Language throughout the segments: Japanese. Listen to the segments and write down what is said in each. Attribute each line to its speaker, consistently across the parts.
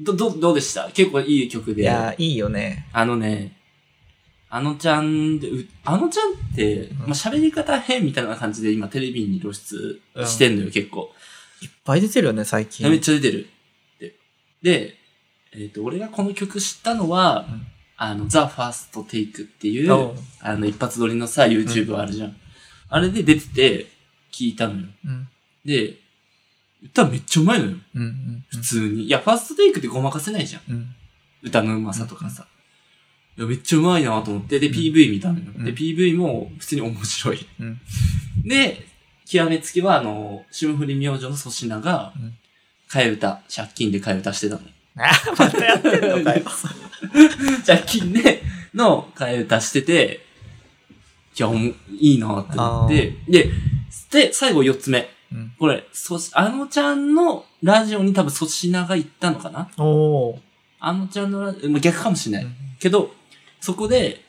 Speaker 1: ど、ど、どうでした結構いい曲
Speaker 2: い
Speaker 1: で。
Speaker 2: やー、いいよね。
Speaker 1: あのね、あのちゃんで、うあのちゃんって、まあ、喋り方変みたいな感じで今テレビに露出してんのよ、結構。
Speaker 2: いっぱい出てるよね、最近。
Speaker 1: めっちゃ出てる。で、でえっ、と、俺がこの曲知ったのは、
Speaker 2: うん
Speaker 1: あの、ザ・ファースト・テイクっていう、
Speaker 2: うん
Speaker 1: あの、一発撮りのさ、YouTube あるじゃん。あれで出てて、聞いたのよ。
Speaker 2: うん。
Speaker 1: で、歌めっちゃうまいのよ。
Speaker 2: うん。うん。
Speaker 1: 普通に。いや、ファーストテイクってごまかせないじゃん。
Speaker 2: うん。
Speaker 1: 歌のうまさとかさ。いや、めっちゃうまいなと思って、で、PV 見たのよ。
Speaker 2: うん
Speaker 1: で、PV も普通に面白い。
Speaker 2: うん。
Speaker 1: で、極めつきは、あの、霜降り明星の粗品が
Speaker 2: うん、
Speaker 1: 替え歌、借金で替え歌してたの。
Speaker 2: あー、またやってんのかよ。
Speaker 1: 借金で、の替え歌してて、いや、おもいいなって思って、で、で、最後4つ目。
Speaker 2: うん。
Speaker 1: これ、そし、あのちゃんのラジオに多分粗品が行ったのかな
Speaker 2: おー。
Speaker 1: あのちゃんのラジオ、まあ逆かもしれない。
Speaker 2: うん
Speaker 1: けど、そこで、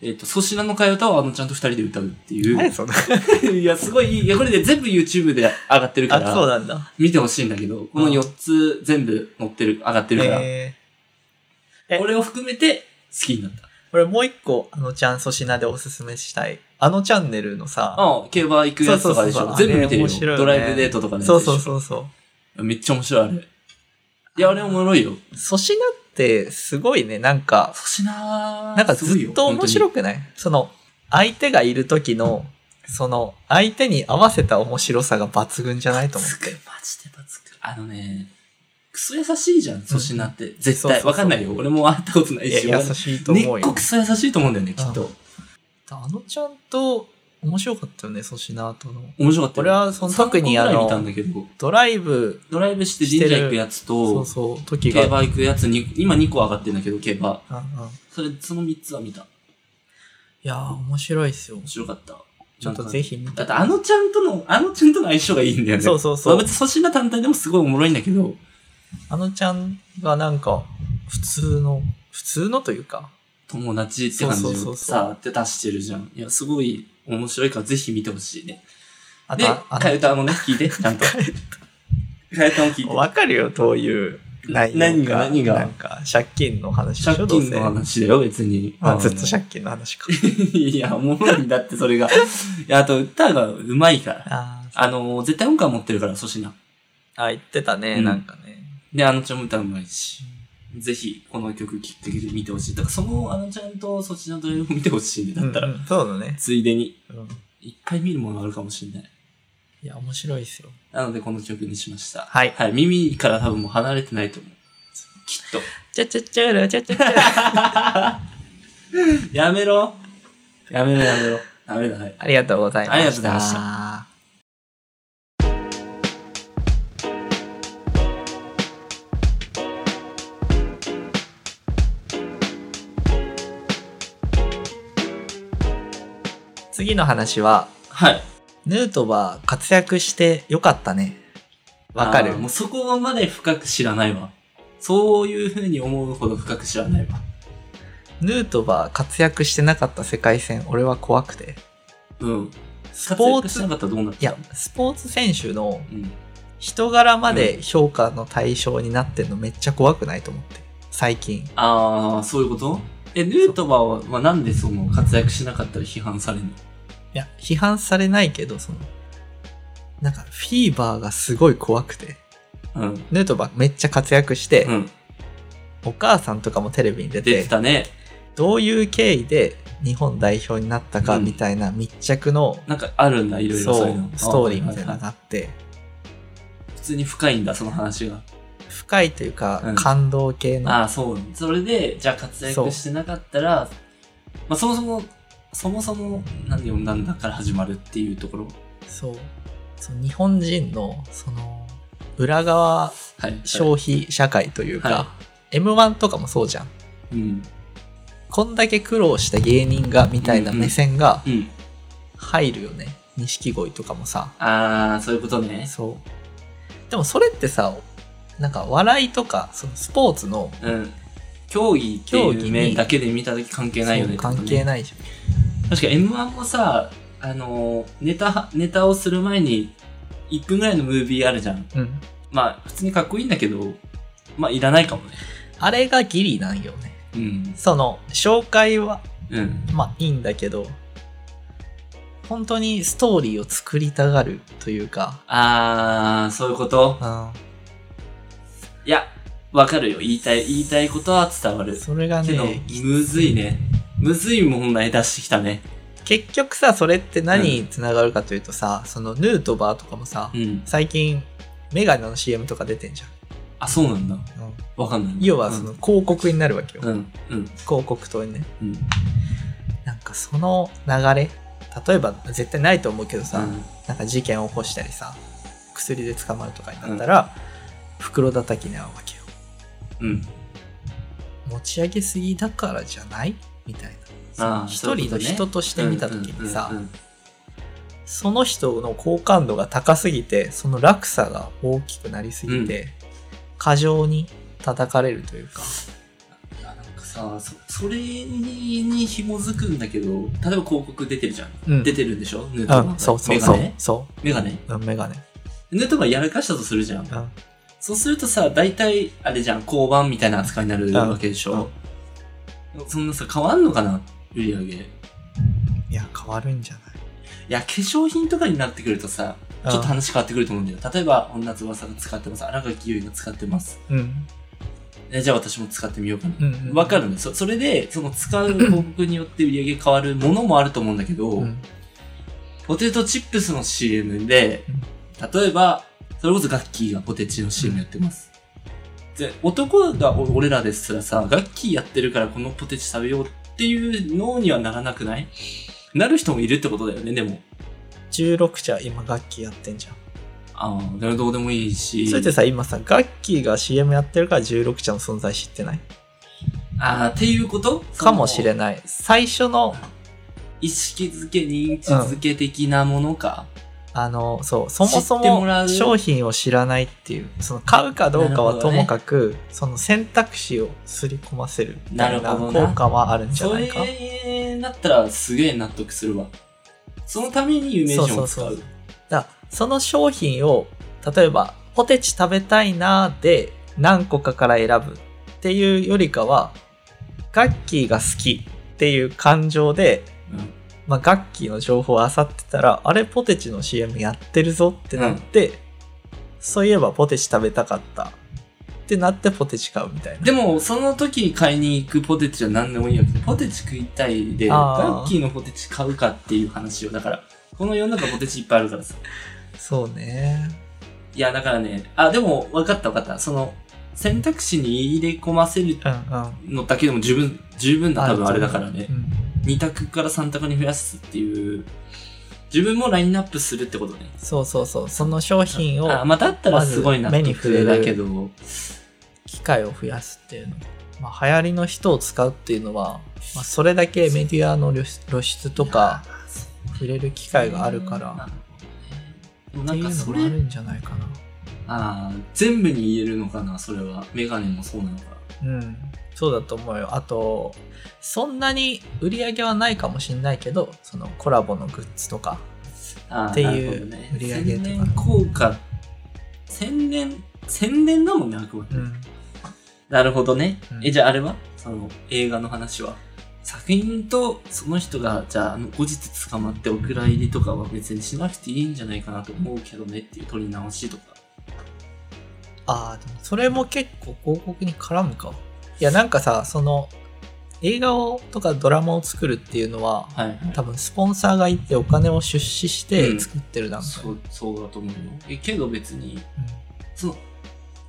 Speaker 1: えっ、と、粗品の替え歌をあのちゃんと二人で歌うってい
Speaker 2: 何その
Speaker 1: う。 いや、すごいいい。いや、これで全部 YouTube で上がってるか
Speaker 2: あ、そう
Speaker 1: ら、
Speaker 2: なんだ。
Speaker 1: 見てほしいんだけど、この4つ全部載ってる、上がってるから、
Speaker 2: ええ
Speaker 1: これを含めて好きになった。
Speaker 2: ー、これもう一個、あのちゃん粗品でおすすめしたい。あのチャンネルのさ、
Speaker 1: ああ、競馬行くやつとかでし
Speaker 2: そうそ
Speaker 1: ょ。
Speaker 2: うそう
Speaker 1: 全部見てる
Speaker 2: あれ面白いよ
Speaker 1: よ。
Speaker 2: ね
Speaker 1: ドライブデートとかね。
Speaker 2: そうそうそうそう。
Speaker 1: う。めっちゃ面白い、あれ。いや、あれおもろいよ。
Speaker 2: 粗品ってすごいね、なんか、
Speaker 1: 粗品な
Speaker 2: なんかずっと面白くないその、相手がいる時の、その、相手に合わせた面白さが抜群じゃないと思
Speaker 1: つ
Speaker 2: っ
Speaker 1: く
Speaker 2: て。
Speaker 1: マジでバツくあのねクソ優しいじゃん粗品って、絶
Speaker 2: そうそう
Speaker 1: 対
Speaker 2: そう
Speaker 1: わかんないよ俺も会ったことない
Speaker 2: い
Speaker 1: し
Speaker 2: や、
Speaker 1: わか
Speaker 2: 優
Speaker 1: んない
Speaker 2: しいと思う
Speaker 1: 根っこ
Speaker 2: よ
Speaker 1: ク。ソ優しいと思うんだよねきっと
Speaker 2: あのちゃんと、面白かったよね、粗品との。
Speaker 1: 面白かった
Speaker 2: 俺はその特にあの
Speaker 1: 3個ぐらい見たんだけど
Speaker 2: ドライブ、
Speaker 1: ドライブして神社行くやつ
Speaker 2: そ
Speaker 1: と
Speaker 2: うそう、時
Speaker 1: 競
Speaker 2: が。
Speaker 1: 馬行くやつに今2個上がってるんだけど競馬
Speaker 2: うんうん
Speaker 1: それその3つは見た
Speaker 2: いやー、面白いっすよ
Speaker 1: 面。白かった
Speaker 2: ちょっとぜひ見
Speaker 1: だ
Speaker 2: て
Speaker 1: って。あのちゃんとのあのちゃんとの相性がいいんだよね
Speaker 2: そうそうそう
Speaker 1: まあ別に粗品単体でもすごいおもろいんだけど
Speaker 2: あのちゃんがなんか、普通の、普通のというか、
Speaker 1: 友達って感じ
Speaker 2: そうそうそ
Speaker 1: を
Speaker 2: うそう
Speaker 1: さって出してるじゃんいやすごい面白いからぜひ見てほしいね
Speaker 2: あ
Speaker 1: で、
Speaker 2: と、あ
Speaker 1: 替え歌もね、聞いて、ちゃんと。 替え歌も聞い
Speaker 2: の、
Speaker 1: て。
Speaker 2: わかるよ、どういう内容
Speaker 1: 何が何が
Speaker 2: なんか、借金の話でしょ
Speaker 1: 借金の
Speaker 2: どうせ
Speaker 1: 話だよ、別に。
Speaker 2: まあ、ずっと借金の 話か。
Speaker 1: 金。いや、おもろいんだって、それが。いや、あと、歌がうまいから。
Speaker 2: あー
Speaker 1: あの、絶対音感持ってるから、粗品。
Speaker 2: あ、言ってたね、
Speaker 1: うん
Speaker 2: なんかね。
Speaker 1: で、あのちゃんも歌うまいし。ぜひ、この曲きっかけで見てほしい。だから、そのあのちゃんと粗品と両方見てほしいね、だったら。
Speaker 2: うんうんそうだね。
Speaker 1: ついでに、
Speaker 2: うん。
Speaker 1: 一回見るものあるかもしれない。
Speaker 2: いや、面白いですよ。
Speaker 1: なので、この曲にしました。
Speaker 2: はい
Speaker 1: はい、耳から多分もう離れてないと思う。きっと。
Speaker 2: ちゃちゃちゃらちゃちゃちゃら。
Speaker 1: やめろ。やめろやめろ。ダメだ、はい。
Speaker 2: ありがとうございました。
Speaker 1: ありがとうございまし
Speaker 2: 次の話は、
Speaker 1: はい。
Speaker 2: ヌートバー活躍してよかったね。わか
Speaker 1: あ
Speaker 2: る
Speaker 1: ーもうそこまで深く知らないわ。そういうふうに思うほど深く知らないわ。
Speaker 2: ヌートバー活躍してなかった世界戦、俺は怖くて。
Speaker 1: うん。
Speaker 2: スポ
Speaker 1: 活
Speaker 2: ー
Speaker 1: 躍し
Speaker 2: ツ、
Speaker 1: ないかったらどうなる
Speaker 2: や、スポーツ選手の
Speaker 1: うん。
Speaker 2: 人柄まで評価の対象になってんのめっちゃ怖くないと思って。最近。
Speaker 1: ああ、そういうことえ、ヌートバーはなんでその活躍しなかったら批判されるの
Speaker 2: いや、批判されないけど、その、なんかフィーバーがすごい怖くて。
Speaker 1: うん。
Speaker 2: ヌートバーめっちゃ活躍して、
Speaker 1: うん。
Speaker 2: お母さんとかもテレビに出
Speaker 1: 出
Speaker 2: て、
Speaker 1: てたね。
Speaker 2: どういう経緯で日本代表になったか
Speaker 1: うん
Speaker 2: みたいな密着の、
Speaker 1: なんかあるんだ、いろいろ
Speaker 2: そ
Speaker 1: そう
Speaker 2: う
Speaker 1: いうの。
Speaker 2: ストーリーみたいな
Speaker 1: あ
Speaker 2: のがあって、
Speaker 1: 普通に深いんだ、その話が。
Speaker 2: 深いというか、
Speaker 1: うん
Speaker 2: 感動系の
Speaker 1: ああ、そう。それで、じゃあ活躍してなかったら、まあそもそも、そもそも、なんで呼んだんだから始まるっていうところ。
Speaker 2: そうその日本人のその裏側
Speaker 1: はい。
Speaker 2: 消費社会というか、
Speaker 1: は
Speaker 2: m 1とかもそうじゃん
Speaker 1: うん。
Speaker 2: こんだけ苦労した芸人がみたいな目線が
Speaker 1: うん。
Speaker 2: 入るよね錦鯉とかもさ
Speaker 1: ああ、そういうことね。
Speaker 2: そうでもそれってさなんか笑いとかそのスポーツの
Speaker 1: うん。競技って
Speaker 2: 競技
Speaker 1: いう
Speaker 2: に
Speaker 1: 面だけで見たとき関係ないよね。
Speaker 2: そう関係
Speaker 1: い。
Speaker 2: ないじゃん
Speaker 1: 確か M1 もさ、あのー、ネタ、ネタをする前に、1分ぐらいのムービーあるじゃん。
Speaker 2: うん、
Speaker 1: まあ、普通にかっこいいんだけど、まあ、いらないかもね。
Speaker 2: あれがギリなんよね。
Speaker 1: うん。
Speaker 2: その、紹介は、
Speaker 1: うん。
Speaker 2: まあいいんだけど、本当にストーリーを作りたがるというか、
Speaker 1: あー、そういうこと
Speaker 2: うん、
Speaker 1: いや、わかるよ。言いたい、言いたいことは伝わる。
Speaker 2: それが
Speaker 1: けど
Speaker 2: ね、、
Speaker 1: むずいね。むずい問題出してきたね。
Speaker 2: 結局さ、それって何につながるかというとさ、そのヌートバーとかもさ、
Speaker 1: うん。
Speaker 2: 最近、メガネの CM とか出てんじ
Speaker 1: あ、そうなんだ。
Speaker 2: ゃん。うん
Speaker 1: わかんない。
Speaker 2: 要はその広告になるわけよ。
Speaker 1: うん、うん、
Speaker 2: 広告とね。
Speaker 1: うん。
Speaker 2: なんかその流れ、例えば絶対ないと思うけどさ、
Speaker 1: うん
Speaker 2: なんか事件を起こしたりさ、薬で捕まるとかになったら、袋叩きに遭うわけよ。
Speaker 1: うん。
Speaker 2: 持ち上げすぎだからじゃないみたい
Speaker 1: あ
Speaker 2: な
Speaker 1: あ
Speaker 2: 一人の人として見た時にさ、
Speaker 1: うんうんうん
Speaker 2: その人の好感度が高すぎてその落差が大きくなりすぎて、過剰に叩かれるというか
Speaker 1: いや、なんかさ、そそれに紐づくんだけど、例えば広告出てるじゃん。
Speaker 2: うん
Speaker 1: 出てるんでしょヌートバー
Speaker 2: う
Speaker 1: が
Speaker 2: ん、そうそう
Speaker 1: メガ
Speaker 2: そう
Speaker 1: ネ
Speaker 2: そ
Speaker 1: メガネ
Speaker 2: ううんメガネ
Speaker 1: ヌートバーやらかしたとするじゃん。
Speaker 2: うん
Speaker 1: そうするとさ、大体、あれじゃん、交番みたいな扱いになるわけでしょ、そんなさ、変わんのかな売り上げ。い
Speaker 2: いや変わるんじゃない
Speaker 1: や、化粧品とかになってくるとさ、
Speaker 2: うん
Speaker 1: ちょっと話変わってくると思うんだよ。例えば、女翼が使ってます。荒垣結衣が使ってます。
Speaker 2: うん
Speaker 1: えじゃあ私も使ってみようかな。
Speaker 2: うんうん
Speaker 1: わかるのよそそれで、その使う広告によって売り上げ変わるものもあると思うんだけど、
Speaker 2: うん
Speaker 1: ポテトチップスの CM で、例えば、それこそガッキーがポテチの CM やってます。で、男がお俺らですらさ、ガッキーやってるからこのポテチ食べようっていう脳にはならなくないなる人もいるってことだよね、でも。
Speaker 2: 16茶今楽器やってんじゃん、
Speaker 1: ああ、でもどうでもいいし。
Speaker 2: それでさ今さ楽器が CM やってるから16茶の存在知ってない
Speaker 1: ああ、っていうこと
Speaker 2: かもしれ
Speaker 1: い。
Speaker 2: ない最初の
Speaker 1: 意識づけ、認知づけ的なものか。
Speaker 2: あの、そう、そもそ
Speaker 1: 知ってもら
Speaker 2: も
Speaker 1: う
Speaker 2: 商品を知らないっていう、その買うかどうかはともかく、その選択肢をすり込ませるみたい
Speaker 1: な
Speaker 2: な
Speaker 1: るほどな
Speaker 2: 効果はあるんじゃ
Speaker 1: そ
Speaker 2: ないか。
Speaker 1: れだったらすげえ納得するわ。そのために有名人を使
Speaker 2: そうそうう。だその商品を、例えば、ポテチ食べたいなーで何個かから選ぶっていうよりかは、ガッキーが好きっていう感情で、
Speaker 1: うん
Speaker 2: まあ、ガッキーの情報を漁ってたら、あれ、ポテチの CM やってるぞってなって、そういえばポテチ食べたかったってなってポテチ買うみたいな。
Speaker 1: でも、その時に買いに行くポテチは何でもいいわけで、ポテチ食いたいで、
Speaker 2: あー
Speaker 1: ガッキーのポテチ買うかっていう話を、だから、この世の中ポテチいっぱいあるからさ。
Speaker 2: そうね。
Speaker 1: いや、だからね、あ、でも、分かった分かった。その、選択肢に入れ込ませる
Speaker 2: うんうん。
Speaker 1: のだけでも十分、十分な多分あれだからね
Speaker 2: う。ん
Speaker 1: 2択から3択に増やすっていう、自分もラインナップするってことね。
Speaker 2: そうそうそう。その商品
Speaker 1: あ、
Speaker 2: を、
Speaker 1: まあ、だったらすごいな
Speaker 2: まず目に触れる
Speaker 1: だけど、
Speaker 2: 機会を増やすっていうの。まあ、流行りの人を使うっていうのは、まあ、それだけメディアの露出露出とか、触れる機会がある
Speaker 1: な
Speaker 2: から、
Speaker 1: るほど
Speaker 2: っ
Speaker 1: ね。で
Speaker 2: て
Speaker 1: もなん
Speaker 2: い
Speaker 1: か
Speaker 2: うの
Speaker 1: そ
Speaker 2: もあ
Speaker 1: れ
Speaker 2: るんじゃないかな。
Speaker 1: ああ、全部に言えるのかな、それは。メガネもそうなのか。
Speaker 2: うん、そうだと思うよ。あと、そんなに売り上げはないかもしれないけど、そのコラボのグッズとか。
Speaker 1: ああ
Speaker 2: っていう
Speaker 1: なるほどね
Speaker 2: 売り上げとか
Speaker 1: 宣伝効果。宣伝、宣伝だもんね、あくまで。
Speaker 2: ん。
Speaker 1: なるほどね。
Speaker 2: うん
Speaker 1: え、じゃああれはその映画の話は。作品とその人が、じゃあ、あの後日捕まってお蔵入りとかは別にしなくていいんじゃないかなと思うけどねっていう撮り直しとか。
Speaker 2: ああ、でもそれも結構広告に絡むか。いや、なんかさ、その、映画をとかドラマを作るっていうのは、
Speaker 1: はいはい。
Speaker 2: 多分スポンサーがいてお金を出資して
Speaker 1: うん
Speaker 2: 作ってる段階。
Speaker 1: そう、そうだと思うよ。え、けど別に、
Speaker 2: うん
Speaker 1: その、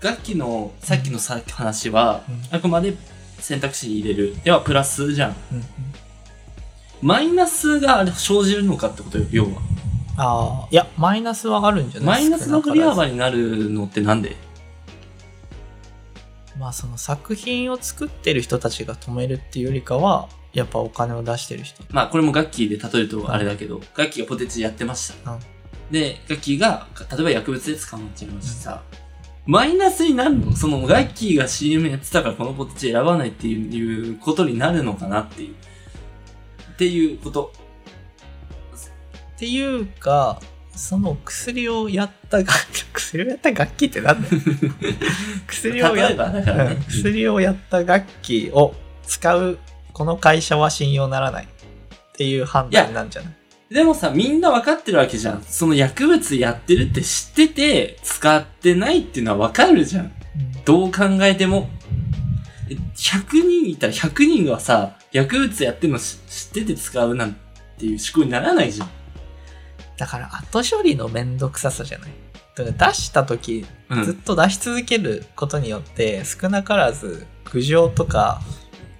Speaker 1: 楽器の、さっきのさ話は、あくまで選択肢に入れる。では、プラスじゃん。
Speaker 2: うんうん
Speaker 1: マイナスが生じるのかってことよ、要は。
Speaker 2: ああ、いや、マイナスはあるんじゃな
Speaker 1: マ
Speaker 2: い
Speaker 1: イナスの振り
Speaker 2: 少なから
Speaker 1: 幅になるのってなんで
Speaker 2: ずまあ、その作品を作ってる人たちが止めるっていうよりかは、やっぱお金を出してる人。
Speaker 1: まあ、これもガッキーで例えるとあれだけど、ガッキーがポテチやってました。
Speaker 2: うん
Speaker 1: で、ガッキーが、例えば薬物で捕まっちゃいました。マイナスになるのそのガッキーが CM やってたからこのポテチ選ばないっていういうことになるのかなっていう。っていうこと。
Speaker 2: っていうかその薬をやった楽器、薬をやった楽器ってな んだよ薬をや
Speaker 1: 例えばだからね
Speaker 2: うん薬をやった楽器を使うこの会社は信用ならないっていう判断なんじゃない
Speaker 1: でもさ、みんな分かってるわけじゃん。その薬物やってるって知ってて、使ってないっていうのは分かるじゃん。どう考えても。え100人いたら100人がさ、薬物やってるの知知ってて使うなんていう思考にならないじゃん。
Speaker 2: だから後処理のめんどくささじゃないだから出した時
Speaker 1: う
Speaker 2: ずっ
Speaker 1: ん。
Speaker 2: と出し続けることによって少なからず苦情とか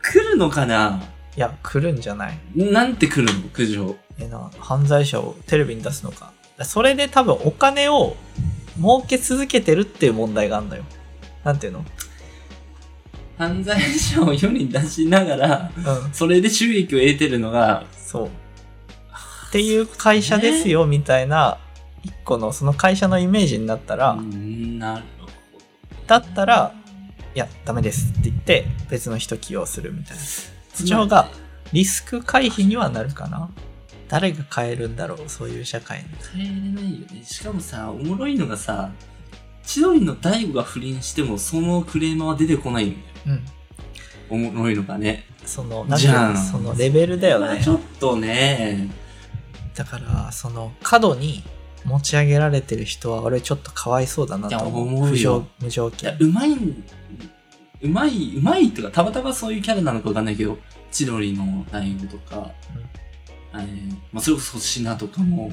Speaker 1: 来るのかない
Speaker 2: や来るんじゃない
Speaker 1: なんて来るの苦情。
Speaker 2: えな犯罪者をテレビに出すのかそれで多分お金を儲け続けてるっていう問題があるのよなんていうの
Speaker 1: 犯罪者を世に出しながら、
Speaker 2: うん
Speaker 1: それで収益を得てるのが、
Speaker 2: そうっていう会社ですよみたいな一個のその会社のイメージになったら、
Speaker 1: うんなるほど。
Speaker 2: だったらいやダメですって言って別の人起用するみたいなそっちの方がリスク回避にはなるかな誰が変えるんだろうそういう社会に
Speaker 1: 変えれないよねしかもさおもろいのがさ千鳥の大悟が不倫してもそのクレーマーは出てこないんだよ
Speaker 2: うん
Speaker 1: おもろいのがね
Speaker 2: そのなんていう
Speaker 1: じゃ
Speaker 2: の
Speaker 1: ん
Speaker 2: そのレベルだよ
Speaker 1: まあ
Speaker 2: ね
Speaker 1: ちょっとね
Speaker 2: だからその過度に持ち上げられてる人は俺ちょっとかわいそうだなと思う
Speaker 1: いや思うよ
Speaker 2: 不条無条
Speaker 1: いや
Speaker 2: 件
Speaker 1: うまいんうまいうまいとかたまたまそういうキャラなのかわかんないけど千鳥の大悟とか、あれまあ、それこそ粗品とかも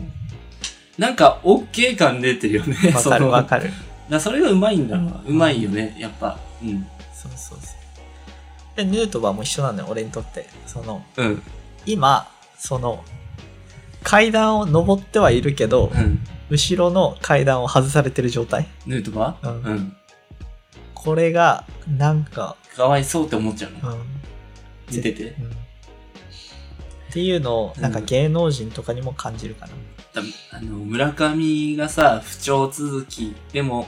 Speaker 1: なんか OK 感出てるよね
Speaker 2: わ
Speaker 1: そ
Speaker 2: かる
Speaker 1: の
Speaker 2: わかる
Speaker 1: だからそれがうまいんだろうな
Speaker 2: う
Speaker 1: うんまいよねやっぱうん
Speaker 2: そうそうそうでヌートバーも一緒なのよ俺にとってその
Speaker 1: うん
Speaker 2: 今その階段を登ってはいるけど
Speaker 1: うん
Speaker 2: 後ろの階段を外されてる状態
Speaker 1: ヌートバー
Speaker 2: うん
Speaker 1: うん、
Speaker 2: これがなんか、
Speaker 1: かわいそうって思っちゃうの
Speaker 2: うんうん、
Speaker 1: 見てて
Speaker 2: っていうのをなんか
Speaker 1: うん
Speaker 2: 芸能人とかにも感じるかな、
Speaker 1: だあの村上がさ不調続きでも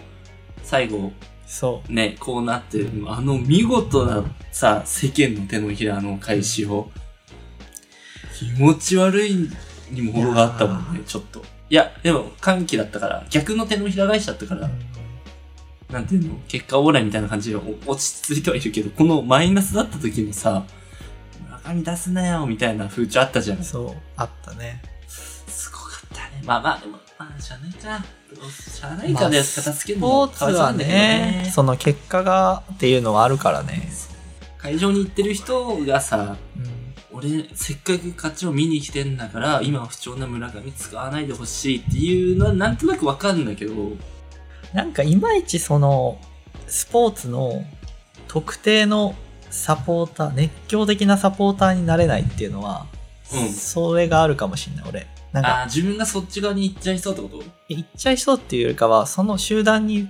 Speaker 1: 最後
Speaker 2: そ
Speaker 1: ねこうなってるあの見事なさ世間の手のひらの返しを気持ち悪いにも程があったもん
Speaker 2: い
Speaker 1: ね
Speaker 2: や
Speaker 1: ちょっといやでも歓喜だったから逆の手のひら返しだったか
Speaker 2: う、う
Speaker 1: ら、
Speaker 2: ん
Speaker 1: なんていうの結果オーライみたいな感じでお落ち着いてはいるけどこのマイナスだった時のさ村上出すなよみたいな風潮あったじゃん
Speaker 2: そうあったね
Speaker 1: すごかったね。まあまあ、でも、まあ、しゃあないか。しゃあないか
Speaker 2: ま
Speaker 1: で
Speaker 2: あ
Speaker 1: 片付けるの
Speaker 2: スポ
Speaker 1: も
Speaker 2: ーツ
Speaker 1: かわいそうな
Speaker 2: は
Speaker 1: んだ
Speaker 2: ね
Speaker 1: けどね
Speaker 2: その結果がっていうのはあるからね、
Speaker 1: 会場に行ってる人がさ、
Speaker 2: うん
Speaker 1: 俺、せっかく勝ちを見に来てんだから、今は不調な村上使わないでほしいっていうのは、なんとなくわかるんだけど、
Speaker 2: なんかいまいちそのスポーツの特定のサポーター熱狂的なサポーターになれないっていうのは、
Speaker 1: うん
Speaker 2: それがあるかもしれない俺なんか
Speaker 1: ああ、自分がそっち側に行っちゃいそうってこと
Speaker 2: 行っちゃいそうっていうよりかはその集団に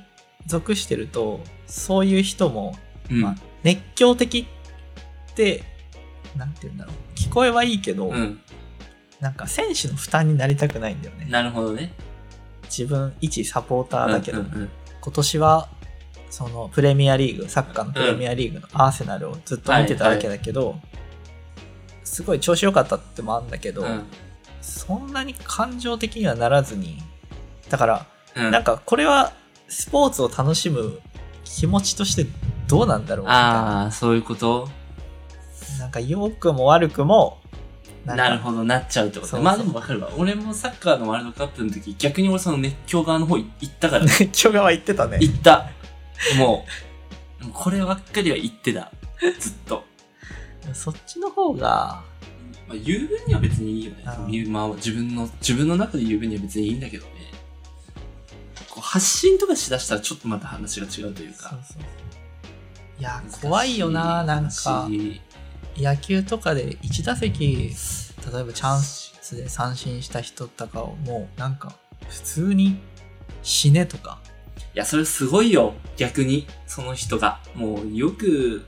Speaker 2: 属してるとそういう人も
Speaker 1: うん
Speaker 2: まあ熱狂的ってなんて言うんだろう聞こえはいいけど、
Speaker 1: うん。
Speaker 2: なんか選手の負担になりたくないんだよね
Speaker 1: なるほどね。
Speaker 2: 自分一サポーターだけど、
Speaker 1: うんうんうん
Speaker 2: 今年はそのプレミアリーグサッカーのプレミアリーグのアーセナルをずっと見てたわけだけど、すごい調子良かったってもあるんだけど、
Speaker 1: うん
Speaker 2: そんなに感情的にはならずにだから
Speaker 1: うん
Speaker 2: なんかこれはスポーツを楽しむ気持ちとしてどうなんだろうみたい
Speaker 1: あ
Speaker 2: な
Speaker 1: あ、そういうこと
Speaker 2: なんか良くも悪くもんか
Speaker 1: なるほど、なっちゃうってこと
Speaker 2: そうそう
Speaker 1: ねまあでもわかるわ。俺もサッカーのワールドカップの時、逆に俺その熱狂側の方行った から、
Speaker 2: 熱狂側言って たね
Speaker 1: 行った。もう、もうこればっかりは言ってた。ずっと。
Speaker 2: そっちの方が
Speaker 1: まあ、言う分には別にいいよね
Speaker 2: あー。
Speaker 1: 言うまあ、自分の、自分の中で言う分には別にいいんだけどね。こう発信とかしだしたらちょっとまた話が違うという
Speaker 2: そう
Speaker 1: か。
Speaker 2: そういや怖いよななん
Speaker 1: 難しい
Speaker 2: か。野球とかで1打席例えばチャンスで三振した人とかをもうなんか普通に死ねとか
Speaker 1: いや、それすごいよ。逆に、その人が。もう、よく、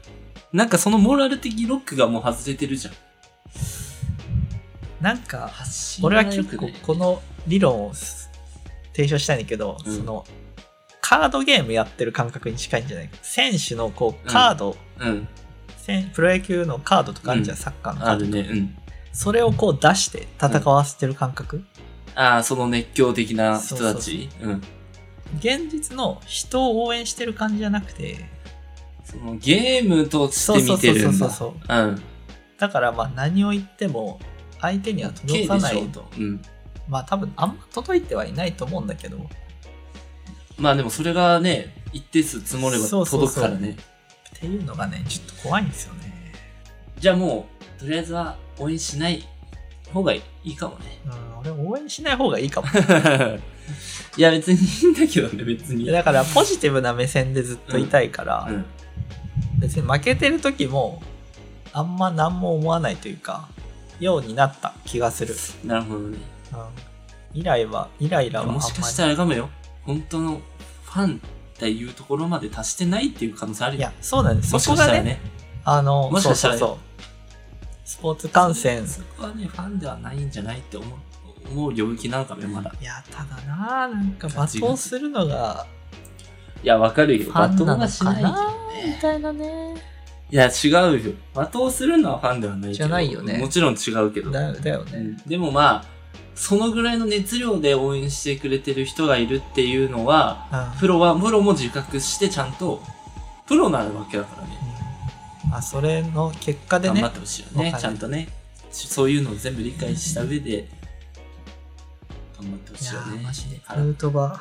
Speaker 1: なんかそのモラル的ロックがもう外れてるじゃん。
Speaker 2: なんか
Speaker 1: 発信
Speaker 2: 俺は
Speaker 1: が良く
Speaker 2: 結
Speaker 1: な
Speaker 2: 構
Speaker 1: い
Speaker 2: この理論を提唱したいんだけど、
Speaker 1: うん
Speaker 2: そのカードゲームやってる感覚に近いんじゃないか選手のこうカード、
Speaker 1: うん。
Speaker 2: せんプロ野球のカードとかあるじゃん、
Speaker 1: う
Speaker 2: サッカーのカ
Speaker 1: あ
Speaker 2: ード
Speaker 1: るね、うん。
Speaker 2: それをこう出して戦わせてる感覚、
Speaker 1: あああ、その熱狂的な人たち。うん。
Speaker 2: 現実の人を応援してる感じじゃなくて、
Speaker 1: そのゲームとし
Speaker 2: そう
Speaker 1: て
Speaker 2: そ
Speaker 1: 見
Speaker 2: うそ
Speaker 1: て
Speaker 2: う
Speaker 1: る
Speaker 2: そうんそ
Speaker 1: だ
Speaker 2: う。そう。
Speaker 1: うん。
Speaker 2: だからまあ何を言っても相手には届かないと。
Speaker 1: うん。
Speaker 2: まあ多分あんま届いてはいないと思うんだけど、
Speaker 1: まあでもそれがね、一定数積もれば
Speaker 2: そうそう
Speaker 1: 届く
Speaker 2: そう
Speaker 1: からね。
Speaker 2: っていうのがね、ちょっと怖いんですよね。
Speaker 1: じゃあもう、とりあえずは応援しない方がいいかも ね。
Speaker 2: うん、俺応援しない方がい いかも。
Speaker 1: いや、別にいいんだけどね、別に。
Speaker 2: だからポジティブな目線でずっといたいから、
Speaker 1: うん。
Speaker 2: 別に負けてる時もあんま何も思わないというか、ようになった気がする。
Speaker 1: なるほどね。
Speaker 2: うん、イライは、イライラはあん
Speaker 1: も
Speaker 2: ま
Speaker 1: し
Speaker 2: り
Speaker 1: かしたらあれかもよ。本当のファンっていうところまで達してないっていう可能性ある
Speaker 2: い
Speaker 1: よ。
Speaker 2: や、そうなんです。
Speaker 1: も
Speaker 2: そ
Speaker 1: しか
Speaker 2: こ
Speaker 1: した
Speaker 2: が
Speaker 1: ら
Speaker 2: ね、
Speaker 1: ね。
Speaker 2: あの、
Speaker 1: もしかしたらね
Speaker 2: そうそうそうスポーツ観戦。
Speaker 1: そこはね、ファンではないんじゃないって思う思う領域なのかね、まだ。
Speaker 2: いや、ただなあ、なんか罵倒するのが
Speaker 1: いや、わかるよ。
Speaker 2: ファ
Speaker 1: 罵
Speaker 2: ン
Speaker 1: 倒
Speaker 2: な
Speaker 1: は
Speaker 2: の
Speaker 1: し
Speaker 2: か
Speaker 1: ないよ。
Speaker 2: なみたいなね。
Speaker 1: いや、違うよ。罵倒するのはファンではないけど。
Speaker 2: じゃないよね
Speaker 1: もちろん違うけど。
Speaker 2: だだよね。
Speaker 1: でもまあ、そのぐらいの熱量で応援してくれてる人がいるっていうのは、
Speaker 2: あ
Speaker 1: プロは、プロも自覚してちゃんと、プロなわけだからね。
Speaker 2: まあ、それの結果で
Speaker 1: 頑
Speaker 2: ね
Speaker 1: 張っ、てほしいよね
Speaker 2: わか。る
Speaker 1: ちゃんとね。そういうのを全部理解した上で、頑張ってほ
Speaker 2: い
Speaker 1: しい
Speaker 2: や
Speaker 1: よ
Speaker 2: ー
Speaker 1: ね。
Speaker 2: マジで
Speaker 1: あら
Speaker 2: ヌートバ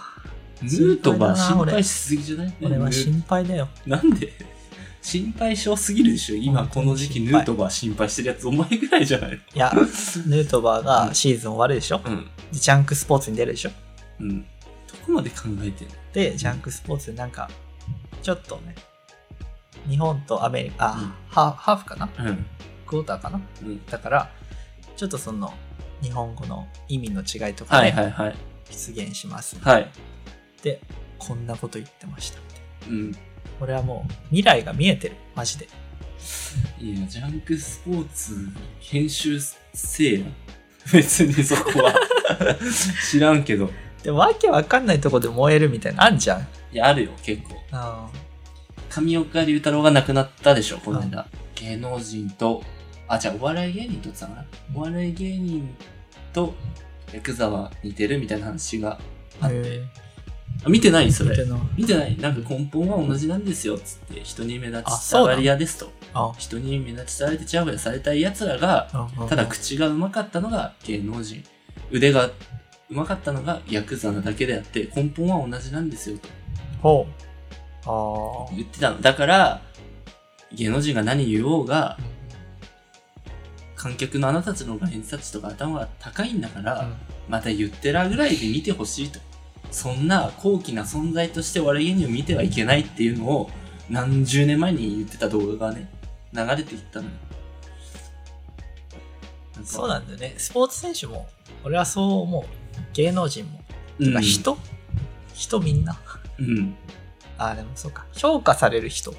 Speaker 2: ー、
Speaker 1: ヌートバー
Speaker 2: 心配だな
Speaker 1: 心
Speaker 2: 俺
Speaker 1: 配しすぎじゃない
Speaker 2: 俺は
Speaker 1: ね
Speaker 2: 心配だよ。
Speaker 1: なんで心配性すぎるでしょ今この時期
Speaker 2: 本
Speaker 1: ヌ
Speaker 2: 当
Speaker 1: ート
Speaker 2: に心配
Speaker 1: バー心配してるやつお前ぐらいじゃない
Speaker 2: いや、ヌートバーがシーズン終わるでしょ、
Speaker 1: うん。
Speaker 2: でジャンクスポーツに出るでしょ
Speaker 1: うん。どこまで考えてんの
Speaker 2: で、ジャンクスポーツでなんか、ちょっとね、日本とアメリカ、あ
Speaker 1: うん
Speaker 2: ハーハーフかな
Speaker 1: うん。
Speaker 2: クォーターかな
Speaker 1: うん。
Speaker 2: だから、ちょっとその、日本語の意味の違いとか
Speaker 1: はい
Speaker 2: ね、
Speaker 1: はいはい。
Speaker 2: 出現しますっ
Speaker 1: はい。
Speaker 2: て、こんなこと言ってましたって。
Speaker 1: うん。
Speaker 2: 俺はもう、未来が見えてる、マジで。
Speaker 1: いや、ジャンクスポーツ、研修せえや。別にそこは。知らんけど。
Speaker 2: で、わけわかんないとこで燃えるみたいな、あんじゃん。
Speaker 1: いや、あるよ、結構。
Speaker 2: あ
Speaker 1: 上岡龍太郎が亡くなったでしょ、この間。芸能人と、あ、じゃあお笑い芸人とってたかなお笑い芸人と、ヤクザは似てるみたいな話があって。あ見てないそ
Speaker 2: それ
Speaker 1: れ。
Speaker 2: の。
Speaker 1: 見てないなんか根本は同じなんですよ、つって。人に目立
Speaker 2: あ
Speaker 1: ちた
Speaker 2: そうな
Speaker 1: が
Speaker 2: の
Speaker 1: り屋ですと。
Speaker 2: あ
Speaker 1: 人に目立ちたがりでチヤホヤされたい奴らが、ただ口がうまかったのが芸能人腕がうまかったのがヤクザなだけであって根本は同じなんですよと
Speaker 2: ほう。あ
Speaker 1: 言ってたのだから芸能人が何言おうが
Speaker 2: あ。
Speaker 1: 観客のあなたたちの方が偏差値とか頭が高いんだから、また言ってらぐらいで見てほしいとそんな高貴な存在として我芸人を見てはいけないっていうのを何十年前に言ってた動画がね流れていったのよなんか
Speaker 2: そうなんだよね。スポーツ選手も、俺はそう思う。芸能人も。
Speaker 1: うん
Speaker 2: まあ人、人みんな。
Speaker 1: うん
Speaker 2: ああ、でもそうか。評価される人。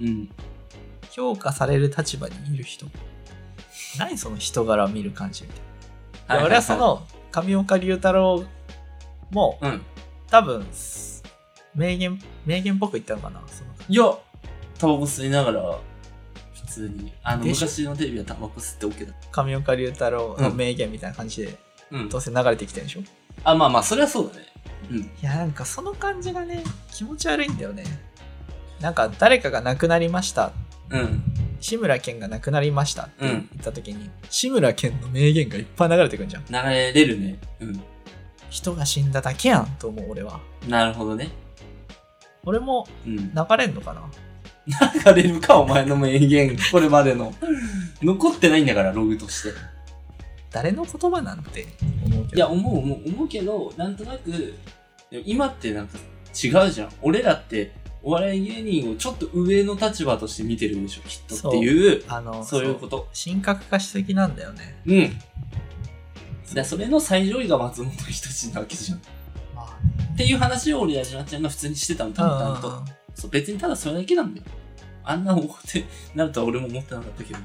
Speaker 1: うん
Speaker 2: 評価される立場にいる人。何その人柄を見る感じみたいな。で俺はその、上岡龍太郎も、
Speaker 1: うん
Speaker 2: 多分、名言、名言っぽく言ったのかな。その
Speaker 1: いや、タバコ吸いながら、普通に。あの、
Speaker 2: でしょ
Speaker 1: 昔のテレビはタバコ吸って OK だ。
Speaker 2: 上岡龍太郎の名言みたいな感じで、
Speaker 1: うん
Speaker 2: ど。うせ流れてきてるでしょ
Speaker 1: あ、まあまあ、それはそうだね。うん。
Speaker 2: いやなんかその感じがね気持ち悪いんだよねなんか誰かが亡くなりました
Speaker 1: うん。
Speaker 2: 志村けんが亡くなりましたって
Speaker 1: う
Speaker 2: 言っ
Speaker 1: ん
Speaker 2: た時に、志村けんの名言がいっぱい流れてくんじゃん
Speaker 1: 流れるね。うん。
Speaker 2: 人が死んだだけやんと思う俺は
Speaker 1: なるほどね。
Speaker 2: 俺も
Speaker 1: うん。
Speaker 2: 流れんのかな
Speaker 1: 流れるか、お前の名言。 これまでの。残ってないんだから、ログとして。
Speaker 2: 誰の言葉なんて思うけど
Speaker 1: いや、思う、思う、思うけど、なんとなく、でも今ってなんか違うじゃん。俺らって、お笑い芸人をちょっと上の立場として見てるんでしょ、きっとっていう、
Speaker 2: あの
Speaker 1: そういうこと。
Speaker 2: 神格化しすぎなんだよね
Speaker 1: うん。だそれの最上位が松本人志なわけじゃん。っ
Speaker 2: ま
Speaker 1: ていう話を俺やじなちゃんが普通にしてたの、淡々と。そう別にただそれだけなんだよ。あんな大手になるとは俺も思ってなかったけど。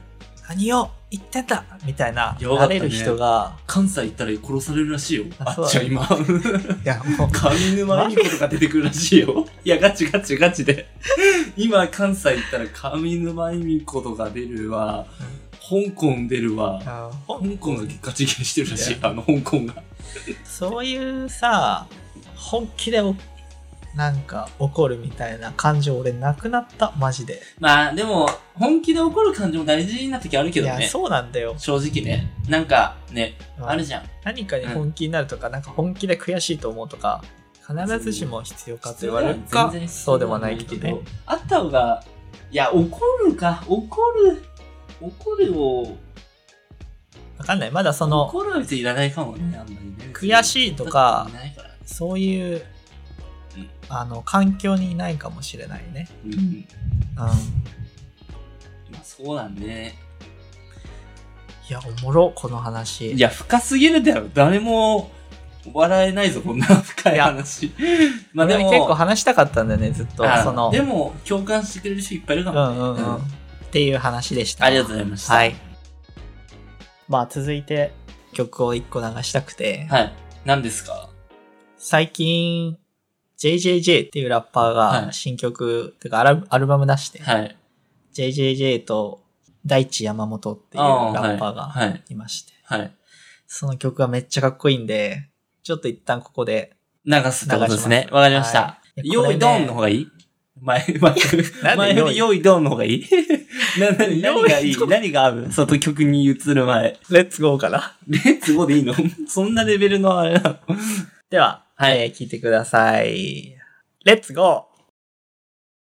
Speaker 2: 何を言ってんだみたいな
Speaker 1: やばかった
Speaker 2: 流
Speaker 1: ね
Speaker 2: れる人が、
Speaker 1: 関西行ったら殺されるらしいよ。
Speaker 2: あ
Speaker 1: あ
Speaker 2: そう
Speaker 1: っちゃん今。
Speaker 2: いや もう
Speaker 1: 上沼恵美子とか出てくるらしいよ。いや、ガチガチガチで。 今、関西行ったら上沼恵美子とか出るわ。香港出るわ。
Speaker 2: あの
Speaker 1: 香港がガチゲンしてるらしい。あの、香港が。
Speaker 2: そういうさ、本気でおなんか怒るみたいな感情俺なくなった、マジで。
Speaker 1: まあでも、本気で怒る感情も大事な時あるけど
Speaker 2: いや、
Speaker 1: ね。
Speaker 2: そうなんだよ。
Speaker 1: 正直ね。なんかね、
Speaker 2: うん
Speaker 1: あるじゃん。
Speaker 2: 何かに本気になるとか、なんか本気で悔しいと思うとか、必ずしも必要かと言われるか、
Speaker 1: 全然
Speaker 2: そうでもないけどね。。
Speaker 1: あった方が、いや、怒るか、怒る、怒るを、
Speaker 2: わかんない。まだその、
Speaker 1: 怒るは別にいらないかもね、あんまりね。
Speaker 2: 悔しいとか
Speaker 1: いないからね
Speaker 2: そういう
Speaker 1: うん、
Speaker 2: あの、環境にいないかもしれないね。
Speaker 1: うんうん。
Speaker 2: うん。
Speaker 1: まあそうなんでね。
Speaker 2: いや、おもろ、この話。
Speaker 1: いや、深すぎるだろ。誰も笑えないぞ、こんな深い話。まあで
Speaker 2: 俺
Speaker 1: も、
Speaker 2: 結構話したかったんだよね、ずっと。
Speaker 1: あ
Speaker 2: その、
Speaker 1: でも、共感してくれる人いっぱいいるか
Speaker 2: う
Speaker 1: も。
Speaker 2: んうんうん。
Speaker 1: うん
Speaker 2: っていう話でした。
Speaker 1: ありがとうございました。
Speaker 2: はい。まあ、続いて曲を一個流したくて、
Speaker 1: はい。何ですか
Speaker 2: 最近、JJJ っていうラッパー
Speaker 1: は
Speaker 2: が
Speaker 1: い
Speaker 2: 新曲、てかアラアルバム出して、
Speaker 1: はい。
Speaker 2: JJJ と大地山本っていうラ
Speaker 1: あー
Speaker 2: ッパー
Speaker 1: はいは
Speaker 2: が
Speaker 1: い
Speaker 2: いまして、
Speaker 1: はい。
Speaker 2: その曲がめっちゃかっこいいんで、ちょっと一旦ここで
Speaker 1: 流すってことですね。わかりました。
Speaker 2: はい
Speaker 1: 用意ドンの方がいい 前、前振り、
Speaker 2: なんで
Speaker 1: 前振り用意ドンの方がい いな、な、何がい
Speaker 2: 用意
Speaker 1: い
Speaker 2: ドン
Speaker 1: 何が合うその曲に移る前。
Speaker 2: レッツゴーかな。
Speaker 1: レッツゴーでいいの そんなレベルのあれなの
Speaker 2: では、
Speaker 1: はい
Speaker 2: えー聞いてください。レッツゴー